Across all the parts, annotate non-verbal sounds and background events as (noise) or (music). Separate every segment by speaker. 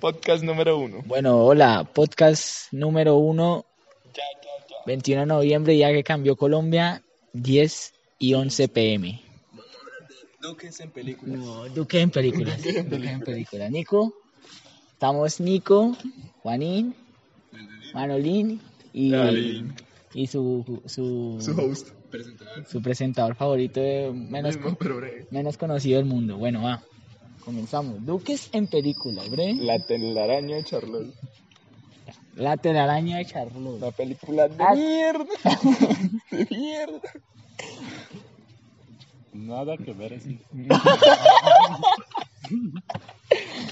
Speaker 1: Podcast número uno.
Speaker 2: Bueno, hola, podcast número uno,
Speaker 1: Ya, ya, ya.
Speaker 2: 21 de noviembre, ya que cambió Colombia, 10 y 11 pm.
Speaker 1: Duques en películas.
Speaker 2: No, Duque en películas.
Speaker 1: Duque en
Speaker 2: Duque en películas. Nico, estamos Nico, Juanín, Manolín y,
Speaker 1: Manolín.
Speaker 2: y su, su,
Speaker 1: Su host. Presentador.
Speaker 2: su presentador favorito, de menos,
Speaker 1: Mismo, pero breve.
Speaker 2: menos conocido del mundo. Bueno, va, comenzamos. Duques en películas, bre.
Speaker 1: La telaraña de Charlotte.
Speaker 2: La telaraña de Charlotte.
Speaker 1: Una película de
Speaker 2: Ah.
Speaker 1: mierda.
Speaker 2: (laughs)
Speaker 1: De mierda. Nada que ver así.
Speaker 2: No,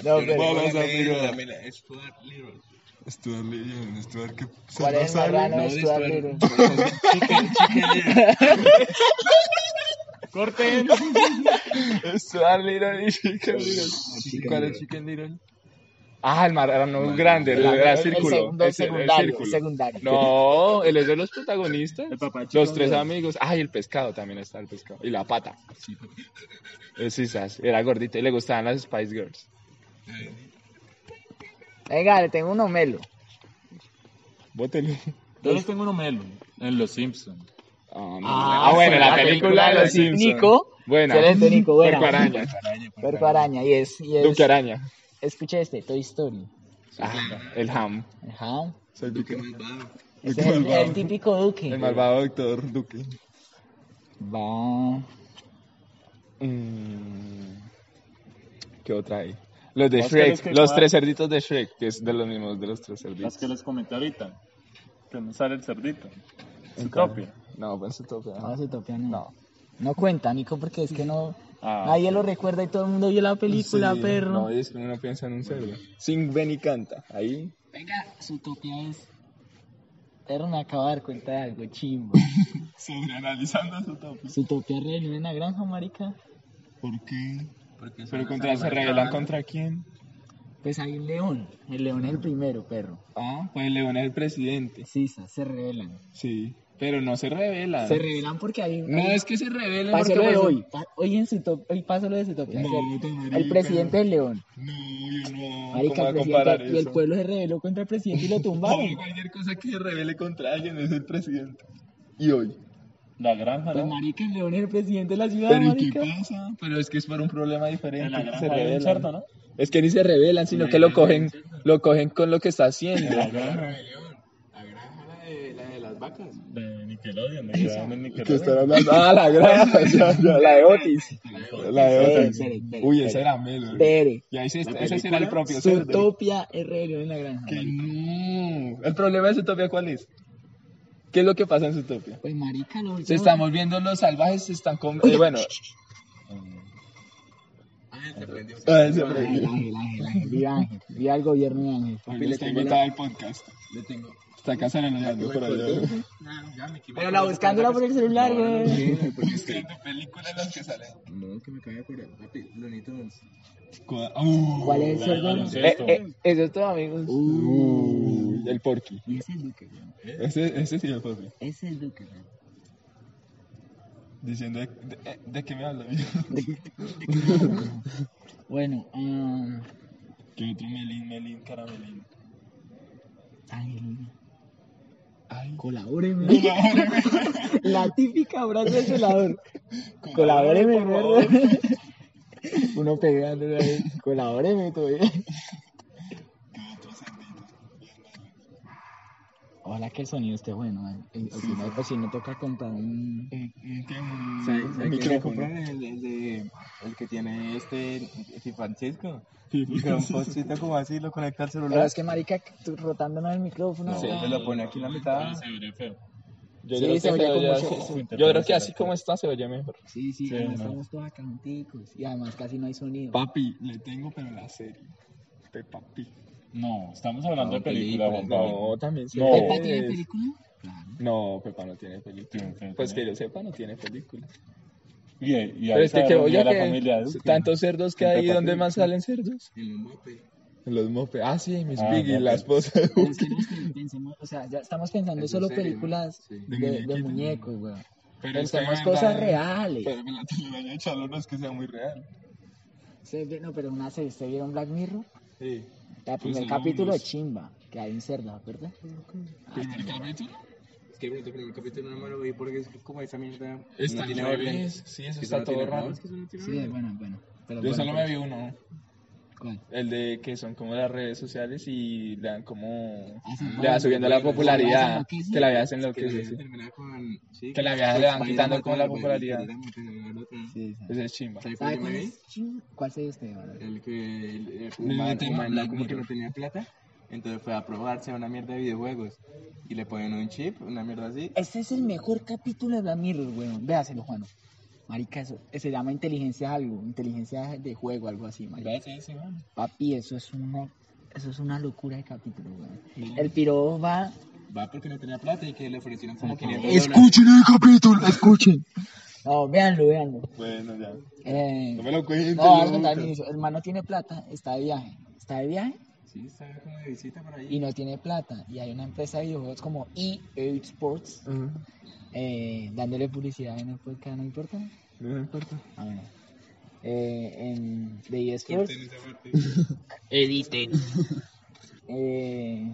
Speaker 1: Pero
Speaker 2: pero-
Speaker 1: vamos, amigo.
Speaker 3: Stuart Little.
Speaker 1: Stuart Little, Stuart que se
Speaker 2: ¿Cuál
Speaker 1: no
Speaker 2: es el
Speaker 1: sale.
Speaker 2: marrano
Speaker 3: no,
Speaker 2: de
Speaker 3: de
Speaker 2: Stuart
Speaker 3: Stuart.
Speaker 2: Little?
Speaker 3: Chicken, chicken Little. Corten.
Speaker 1: (laughs) Stuart Little (laughs) y Chicken Little.
Speaker 3: Chicken
Speaker 1: ¿Cuál es
Speaker 3: Little.
Speaker 1: Chicken Little? Ah, el marrano grande, el,
Speaker 2: El-
Speaker 1: el,
Speaker 2: el
Speaker 1: círculo.
Speaker 2: segundo
Speaker 1: el- el
Speaker 2: secundario,
Speaker 1: círculo.
Speaker 2: el secundario.
Speaker 1: No, él es de los protagonistas.
Speaker 3: El papá chico
Speaker 1: Los tres
Speaker 3: Little.
Speaker 1: amigos. Ah, y el pescado también está, el pescado. Y la pata. Eh, Es Isas, era gordita y le gustaban las Spice Girls.
Speaker 2: Venga, le tengo uno melo.
Speaker 1: Bótelo.
Speaker 3: Yo les tengo uno melo en Los Simpsons.
Speaker 1: Ah, no. Ah, bueno, la, película de los Simpsons.
Speaker 2: Nico.
Speaker 1: Buena.
Speaker 2: Excelente, Nico, buena.
Speaker 1: Puerco araña.
Speaker 2: Cuerpo araña, y es, y es.
Speaker 1: Duque araña.
Speaker 2: Escucha este, Toy Story.
Speaker 1: Ah, el ham.
Speaker 2: Ajá.
Speaker 1: Soy Duque.
Speaker 2: Ese es el, el típico Duque.
Speaker 1: El malvado doctor Duque.
Speaker 2: Va.
Speaker 1: Mm, ¿Qué otra hay? Los de
Speaker 3: Más que los
Speaker 1: Shrek,
Speaker 3: que
Speaker 1: los
Speaker 3: cuadran.
Speaker 1: tres cerditos de Shrek, que es de los mismos de los tres
Speaker 3: Las
Speaker 1: cerditos.
Speaker 3: que les comenté ahorita. Que no sale el cerdito.
Speaker 1: En
Speaker 3: Zootopia.
Speaker 1: cambio- No, pues Zootopia.
Speaker 2: No,
Speaker 1: no.
Speaker 2: Zootopia Ah, no. no. cuenta, Nico, porque es que no.
Speaker 3: Ah.
Speaker 2: Nadie lo recuerda y todo el mundo vio la película,
Speaker 1: Sí,
Speaker 2: perro.
Speaker 1: No, es que uno piensa en un cerdo. Sin ven y canta. Ahí.
Speaker 2: Venga, Zootopia es. Perro, me acabo de dar cuenta de algo chimbo.
Speaker 1: Sobreanalizando Zootopia.
Speaker 2: Zootopia reunió en la granja, marica.
Speaker 1: ¿Por qué? Pero contra, se rebelan contra quién?
Speaker 2: Pues hay un león. El león es el primero, perro.
Speaker 1: Ah, pues León es el presidente.
Speaker 2: Sí, se revelan.
Speaker 1: Sí. Pero no se rebelan.
Speaker 2: Se revelan porque hay un.
Speaker 1: No es que se rebelen.
Speaker 2: Pasó
Speaker 1: porque
Speaker 2: lo de
Speaker 1: pasó-
Speaker 2: hoy. pa- Hoy, en Zootop- hoy pasó lo de Zootopia.
Speaker 1: No,
Speaker 2: ¿cierto?
Speaker 1: te marica.
Speaker 2: el presidente del León.
Speaker 1: No, yo no.
Speaker 2: Marica,
Speaker 1: ¿Cómo va
Speaker 2: el
Speaker 1: a comparar
Speaker 2: presidente. Y el
Speaker 1: eso?
Speaker 2: pueblo se rebeló contra el presidente y
Speaker 1: (laughs)
Speaker 2: lo tumbaron.
Speaker 1: Hombre, cualquier cosa que se revele contra alguien es el presidente. ¿Y hoy?
Speaker 3: La granja,
Speaker 2: Pues,
Speaker 3: ¿no?
Speaker 2: marica, el León es el presidente de la ciudad,
Speaker 1: ¿Pero ¿y qué
Speaker 2: marica.
Speaker 1: pasa? Pero es que es para un problema diferente.
Speaker 3: En la
Speaker 1: Ah, que
Speaker 3: granja
Speaker 1: se
Speaker 3: hay un
Speaker 1: rebelan.
Speaker 3: cerdo, ¿no?
Speaker 1: Es que ni se revelan, sino que lo cogen, lo cogen con lo que está haciendo.
Speaker 3: La granja de Nickelodeon. de que daban en
Speaker 1: ¿Qué están
Speaker 3: Nickelodeon.
Speaker 1: hablando? Ah, la (laughs) granja, ya, ya, la de Otis. La de
Speaker 2: Espere,
Speaker 1: Otis.
Speaker 2: espere, espere,
Speaker 1: Uy,
Speaker 2: espere.
Speaker 1: ese era Melo.
Speaker 2: Espere.
Speaker 1: Y ahí sí, ese sí era el propio cerdo.
Speaker 2: Zootopia es rebelión en la granja.
Speaker 1: Que
Speaker 2: marica.
Speaker 1: no. ¿El problema de Zootopia cuál es? ¿Qué es lo que pasa en Zootopia?
Speaker 2: Pues, marica, lo
Speaker 1: Se están volviendo los salvajes, se están con...
Speaker 2: Oye.
Speaker 1: eh, bueno. Ah, se
Speaker 2: Ángel,
Speaker 1: prendió.
Speaker 2: Ángel, Ángel, Ángel. Viva Ángel. Viva el gobierno de Ángel.
Speaker 1: Papi, le tengo invitado al podcast. Le tengo. Está acá saliendo por allá.
Speaker 2: Pero la buscándola por el celular, güey.
Speaker 1: Buscando películas las que salen.
Speaker 4: No, que me cae de acuerdo. Papi, Lonito Dance.
Speaker 1: uh,
Speaker 2: ¿Cuál es el cerdo?
Speaker 3: Bueno, sí, esto.
Speaker 4: Eh,
Speaker 1: eso es todo, amigos.
Speaker 2: Uh.
Speaker 1: el porky.
Speaker 2: Y ese es Duque, güey.
Speaker 1: Ese, ese sí el porky.
Speaker 2: Ese es Duque, güey.
Speaker 1: Diciendo, ¿de, de, de qué me habla? (laughs)
Speaker 2: (laughs) Bueno, ah,
Speaker 1: ¿Qué otro melín, melín, caramelín?
Speaker 2: Ángel,
Speaker 1: Ay,
Speaker 2: colabóreme. (laughs) La típica frase del celador. Colabóreme,
Speaker 1: por favor.
Speaker 2: mierda. Uno pegándole ahí. Colabóreme, todavía. Ojalá que el sonido esté bueno, man. Y- o si no, pues si no toca comprar un...
Speaker 1: un, un, tema, un,
Speaker 4: ¿Sabes
Speaker 1: un
Speaker 4: qué me
Speaker 1: micrófono.
Speaker 4: compraron? El, el de- el que tiene este, si Francisco.
Speaker 1: Sí,
Speaker 4: Y con un postito como así lo conecta al
Speaker 2: Pero
Speaker 4: celular.
Speaker 2: es que, marica, tú rotándonos el micrófono.
Speaker 4: No,
Speaker 1: Sí.
Speaker 2: güey.
Speaker 4: me lo pone aquí en la mitad.
Speaker 3: Se vería feo.
Speaker 1: Yo,
Speaker 2: Sí,
Speaker 1: creo que se
Speaker 2: se oye
Speaker 1: oye
Speaker 2: como
Speaker 1: así-
Speaker 2: su-
Speaker 1: sí. yo
Speaker 3: su
Speaker 1: creo
Speaker 3: interfaz
Speaker 1: que
Speaker 3: era
Speaker 1: así como está se oye mejor.
Speaker 2: Sí, sí,
Speaker 3: Sí,
Speaker 2: como
Speaker 3: no.
Speaker 2: estamos todos acanticos. Y además casi no hay sonido.
Speaker 1: Papi, le tengo pero la serie. Peppa Pig.
Speaker 3: No, estamos hablando de película, Juan Pablo.
Speaker 1: No, también sí.
Speaker 3: No.
Speaker 2: ¿Pepa tiene película? Claro.
Speaker 1: No, Pepa no tiene película.
Speaker 3: Sí, sí,
Speaker 1: Pues
Speaker 3: sí.
Speaker 1: que yo sepa, no tiene película.
Speaker 3: Y, y
Speaker 1: Pero es que, que oye,
Speaker 3: la
Speaker 1: que
Speaker 3: familia Duque.
Speaker 1: tantos cerdos que
Speaker 3: En
Speaker 1: hay,
Speaker 3: Peppa
Speaker 1: ¿dónde
Speaker 3: Pig,
Speaker 1: más
Speaker 3: sí.
Speaker 1: salen cerdos?
Speaker 4: En los mopes.
Speaker 1: En Los mopes. Ah, sí, mis
Speaker 3: Ah,
Speaker 1: Piggy, la
Speaker 3: mopes.
Speaker 1: esposa de
Speaker 2: Pero es
Speaker 1: Duque.
Speaker 2: Pues que nos pensemos, o sea, ya estamos pensando
Speaker 4: Es
Speaker 2: solo
Speaker 4: serio, ¿no?
Speaker 2: películas
Speaker 4: Sí.
Speaker 1: De
Speaker 2: de, de
Speaker 1: muñequitos, ¿no?
Speaker 2: muñecos, weón.
Speaker 1: Pero es que
Speaker 2: Pensemos
Speaker 1: en
Speaker 2: cosas
Speaker 1: verdad-
Speaker 2: reales.
Speaker 1: Pero la telaraña de Chalón no es que sea muy real.
Speaker 2: Se ve- no, pero una serie, ¿se vieron Black Mirror?
Speaker 1: Sí. Pues
Speaker 2: La primer
Speaker 4: sí,
Speaker 2: capítulo de
Speaker 4: vámonos.
Speaker 2: chimba, que hay un cerdo, Ah, ¿se acuerda?
Speaker 4: ¿Primer capítulo? Es que el primer capítulo no me lo vi porque es que como esa mierda.
Speaker 1: Está
Speaker 4: no
Speaker 1: al
Speaker 4: tiene orden.
Speaker 1: revés. Sí, eso
Speaker 4: Que
Speaker 1: está
Speaker 4: no
Speaker 1: todo
Speaker 4: tiene- no,
Speaker 1: raro.
Speaker 4: es que eso no tiene
Speaker 2: Sí,
Speaker 4: orden.
Speaker 2: bueno, bueno. Pero
Speaker 1: Yo
Speaker 2: bueno,
Speaker 1: solo me
Speaker 2: pues,
Speaker 1: vi uno.
Speaker 2: ¿cuál?
Speaker 1: El de que son como las redes sociales y dan como.
Speaker 2: Ah, sí,
Speaker 1: Le va
Speaker 2: bueno,
Speaker 1: subiendo la
Speaker 2: bueno,
Speaker 1: popularidad.
Speaker 2: bueno, sí.
Speaker 1: Que la veas en lo
Speaker 4: Que
Speaker 1: que
Speaker 4: la
Speaker 1: es
Speaker 4: vieja termina con- sí,
Speaker 1: Que la
Speaker 4: con
Speaker 1: vieja
Speaker 3: pues,
Speaker 1: le van
Speaker 4: Spider-Man
Speaker 1: quitando como la
Speaker 4: Pues con
Speaker 1: popularidad.
Speaker 4: que le dan mucho en la otra.
Speaker 2: Sí, sí.
Speaker 1: Ese es chimba.
Speaker 4: ¿Sabe cuál
Speaker 2: ¿Sabe
Speaker 4: yo me
Speaker 2: cuál
Speaker 4: vi?
Speaker 2: es? chimba? ¿Cuál sería este? Bueno,
Speaker 4: El que el, el
Speaker 1: Le
Speaker 4: man-
Speaker 1: meten
Speaker 4: un
Speaker 1: a
Speaker 4: man
Speaker 1: Black
Speaker 4: como que no
Speaker 1: Mirror.
Speaker 4: tenía plata, entonces fue a probarse a una mierda de videojuegos y le ponen un chip, una mierda así.
Speaker 2: Este es el mejor capítulo de Black Mirror, weón. Véaselo, Juan. Marica, eso se llama inteligencia algo, inteligencia de juego, algo así, marica. Papi, eso es una, eso es una locura de capítulo, weón. El piro va.
Speaker 4: Va porque no tenía plata y que le ofrecieron como 500
Speaker 2: Escuchen el capítulo, escuchen. No, véanlo, véanlo.
Speaker 3: Bueno, ya.
Speaker 2: Eh,
Speaker 3: No me lo cuentes.
Speaker 2: no, vamos a contar el inicio. El man no tiene plata, está de viaje. Está de viaje
Speaker 4: dólares. Sí, estaba como de visita por ahí.
Speaker 2: y no tiene plata. Y hay una empresa de videojuegos como EA Sports eh, dándole publicidad en el podcast, no importa.
Speaker 4: No me importa.
Speaker 2: Ah, bueno. Eh, en de EA Sports. Editen. Eh,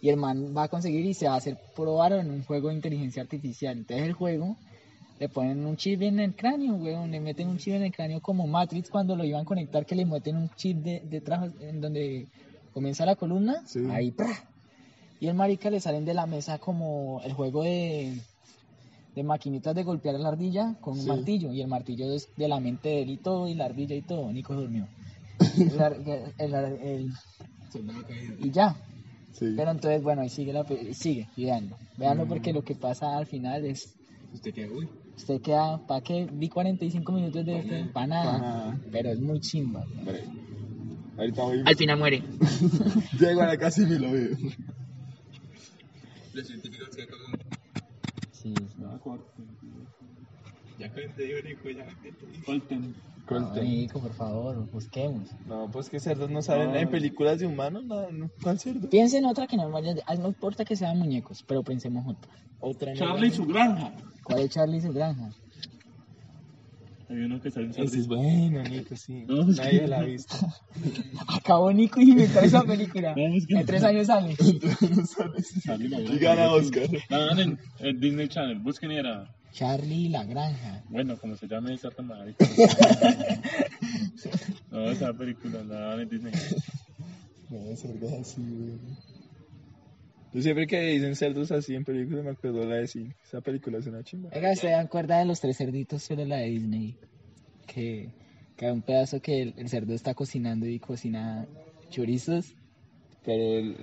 Speaker 2: y el man va a conseguir y se va a hacer probar en un juego de inteligencia artificial. Entonces el juego le ponen un chip en el cráneo, weón. Le meten un chip en el cráneo como Matrix cuando lo iban a conectar, que le meten un chip de, de trajo- en donde comienza la columna. Ahí, ¡pra! Y el marica le salen de la mesa como el juego de, de maquinitas de golpear a la ardilla con un martillo. Y el martillo es de la mente de él y todo, y la ardilla y todo. Nico durmió. El ar- el ar- el-
Speaker 4: Soldado caído.
Speaker 2: y ya. Pero entonces, bueno, ahí sigue la pe- sigue, y véanlo. Véanlo porque lo que pasa al final es,
Speaker 4: Usted que, uy,
Speaker 2: usted queda, ¿para qué? Vi 45 minutos de este, para nada. Pero es muy chimba. güey.
Speaker 3: Ahorita
Speaker 1: (laughs)
Speaker 3: voy.
Speaker 2: Al final muere.
Speaker 3: Llego a la casa y me lo veo.
Speaker 4: los científicos que como
Speaker 2: Sí, no.
Speaker 4: ya que te digo, hijo, ya que te digo.
Speaker 3: Colten.
Speaker 2: Marico, por favor, busquemos.
Speaker 1: No, pues que cerdos no saben. En películas de humanos, no, no. ¿Cuál cerdo?
Speaker 2: Piensen otra que no vaya, ah, no importa que sean muñecos, pero pensemos otra.
Speaker 1: Otra no.
Speaker 3: Charlie y su granja.
Speaker 2: ¿Cuál es Charlie y su granja? (laughs)
Speaker 3: Hay uno que sale en
Speaker 1: Ese es bueno, Nico, sí.
Speaker 3: No, es que-
Speaker 1: Nadie la ha
Speaker 2: (laughs)
Speaker 1: visto.
Speaker 2: Acabó Nico y inventó esa película.
Speaker 3: No, es que-
Speaker 2: En tres años sale.
Speaker 3: Y
Speaker 1: gana Oscar.
Speaker 3: Daban en, en Disney Channel. Busquen y era.
Speaker 2: Charlie y la granja.
Speaker 3: Bueno, como se llame esa
Speaker 4: (laughs)
Speaker 3: temática. no, esa película la daban en Disney.
Speaker 1: No, cerdos así, güey. Yo siempre que dicen cerdos así en películas me acuerdo la de cine. Esa película es una chimba.
Speaker 2: Oiga, ¿se dan cuenta de los tres cerditos sobre la de Disney? Que, que hay un pedazo que el, el cerdo está cocinando y cocina chorizos.
Speaker 1: Pero el-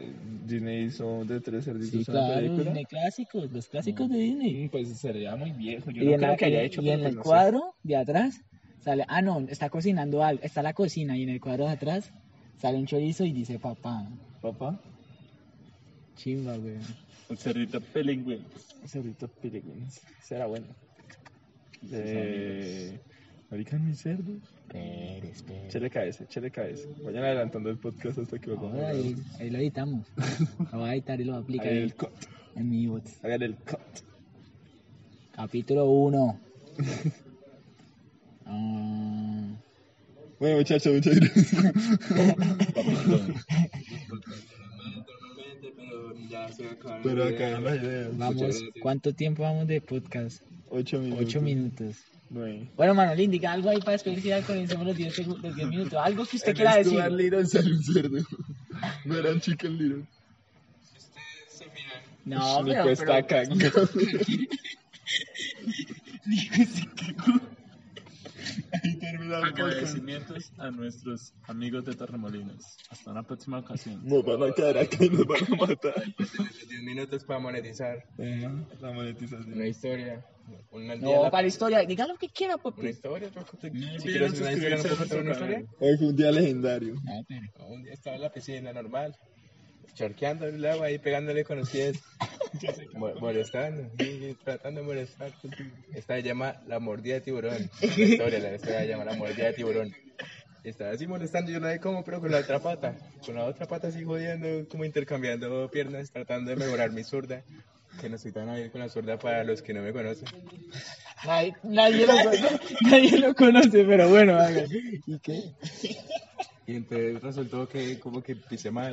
Speaker 1: Disney hizo de tres cerditos
Speaker 2: Sí,
Speaker 1: una
Speaker 2: claro,
Speaker 1: película.
Speaker 2: Disney clásicos, los clásicos de Disney.
Speaker 1: Mm, Pues sería muy viejo. Yo
Speaker 2: Y
Speaker 1: no
Speaker 2: en, la-
Speaker 1: creo que haya hecho.
Speaker 2: y
Speaker 1: pero
Speaker 2: en
Speaker 1: pues
Speaker 2: el
Speaker 1: no sé.
Speaker 2: cuadro de atrás sale, ah no, está cocinando algo, está la cocina y en el cuadro de atrás sale un chorizo y dice papá,
Speaker 1: Papá,
Speaker 2: chimba, weón.
Speaker 3: El cerdito pelingüe.
Speaker 1: cerdito pireguines. Será bueno. Eh, Marican mis cerdos.
Speaker 2: Espere, espere.
Speaker 1: Chele cabeza, chele cabeza. Vayan adelantando el podcast hasta que volvamos.
Speaker 2: Ahora ahí, ahí lo editamos. Lo voy a editar y lo voy a aplicar
Speaker 1: Hágale
Speaker 2: en,
Speaker 1: el cut.
Speaker 2: en mi bot.
Speaker 1: Hágale el cut.
Speaker 2: Capítulo 1.
Speaker 1: Bueno, muchachos, muchas gracias.
Speaker 4: Normalmente, pero ya se
Speaker 1: (laughs)
Speaker 4: acabó.
Speaker 1: Pero acá las ideas.
Speaker 2: vamos, ¿cuánto tiempo vamos de podcast?
Speaker 1: 8 minutos.
Speaker 2: 8 minutos.
Speaker 1: Nueve.
Speaker 2: Bueno, Manolín, diga algo ahí para despedirse ya comencemos los 10, segu- los 10 minutos. Algo que usted quiera
Speaker 1: En
Speaker 2: decir.
Speaker 1: Stuart Little sale un cerdo. No era un chicken little.
Speaker 4: Se miran.
Speaker 2: No,
Speaker 1: Ni
Speaker 2: pero,
Speaker 1: cuesta
Speaker 2: pero,
Speaker 1: acá. (laughs)
Speaker 3: Y Agradecimientos a nuestros amigos de Torremolinos. Hasta una próxima ocasión.
Speaker 1: Nos van a caer acá y nos van a matar.
Speaker 4: Los 10 minutos para monetizar
Speaker 1: La monetización.
Speaker 4: una historia. Una al día
Speaker 2: no,
Speaker 4: la-
Speaker 2: para la historia, diga lo que quiera, papi.
Speaker 4: Una historia, loco, te-
Speaker 3: No
Speaker 4: si quieres una
Speaker 3: olviden suscribirse
Speaker 4: historia, no
Speaker 3: a
Speaker 4: puedes hacer una
Speaker 3: nuestro
Speaker 4: historia.
Speaker 1: Hoy fue un día legendario.
Speaker 2: Ah, espere.
Speaker 4: Un día estaba en la piscina normal, chorqueando el agua y pegándole con los pies, mo- molestando, y- y tratando de molestar. Esta se llama la mordida de tiburón. La historia, la historia se llama la mordida de tiburón. Estaba así molestando, yo no sé cómo, pero con la otra pata. Con la otra pata así jodiendo, como intercambiando piernas, tratando de mejorar mi zurda. Que no soy tan hábil con la zurda para los que no me conocen.
Speaker 2: Nadie, nadie lo, conoce- nadie lo conoce, pero bueno, haga. ¿Y qué?
Speaker 4: Y entonces resultó que como que pisé mal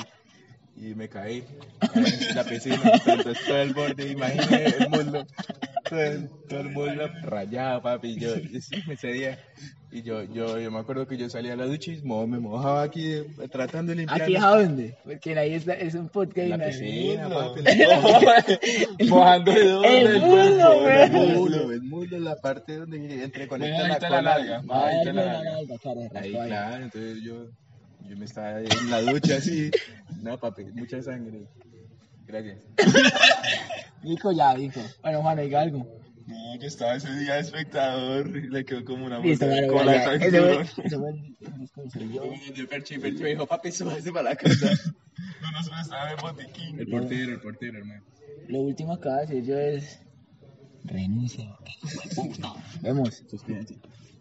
Speaker 4: y me caí en la piscina. Pero Entonces todo el borde, imagínate el muslo, todo el, todo el muslo rayado, papi. Yo, y sí, ese día. Y yo, yo, yo me acuerdo que yo salía a la ducha y mo- me mojaba aquí eh, tratando de limpiar.
Speaker 2: ¿Aquí a dónde? Porque ahí es, la- es un podcast.
Speaker 4: la
Speaker 2: ¿no?
Speaker 4: piscina,
Speaker 1: muslo.
Speaker 4: papi.
Speaker 2: (laughs)
Speaker 4: la- Mojando de dónde,
Speaker 2: El muslo,
Speaker 4: cuerpo, el
Speaker 2: güey.
Speaker 4: muslo, el muslo, la parte donde
Speaker 1: Bueno,
Speaker 4: entreconecta
Speaker 1: ahí
Speaker 4: la
Speaker 1: está la
Speaker 4: cola.
Speaker 1: nalga.
Speaker 4: Ah, ahí
Speaker 2: Ay,
Speaker 4: está la
Speaker 2: no,
Speaker 4: nalga.
Speaker 2: no, no, cara de rato,
Speaker 4: Ahí,
Speaker 2: ahí.
Speaker 4: claro, entonces yo, yo me estaba ahí en la ducha así. (laughs) No, papi, mucha sangre. Gracias.
Speaker 2: Nico ya dijo. Bueno, Juan, diga algo.
Speaker 1: No, yo estaba ese día de espectador y le quedó como una
Speaker 2: Listo,
Speaker 1: bola de
Speaker 2: bueno,
Speaker 1: cola
Speaker 2: bueno,
Speaker 1: de
Speaker 2: ya. Ese
Speaker 1: canguro.
Speaker 2: fue- ese fue el- el discurso.
Speaker 4: Yo de Perche y Perche me dijo, papi, súbase para la casa.
Speaker 1: No, no solo estaba en el botiquín.
Speaker 4: El portero, el portero, hermano.
Speaker 2: Lo último que va a decir yo es. Renuncia. ok, hijo de puta. Vemos.
Speaker 4: Suscríbanse.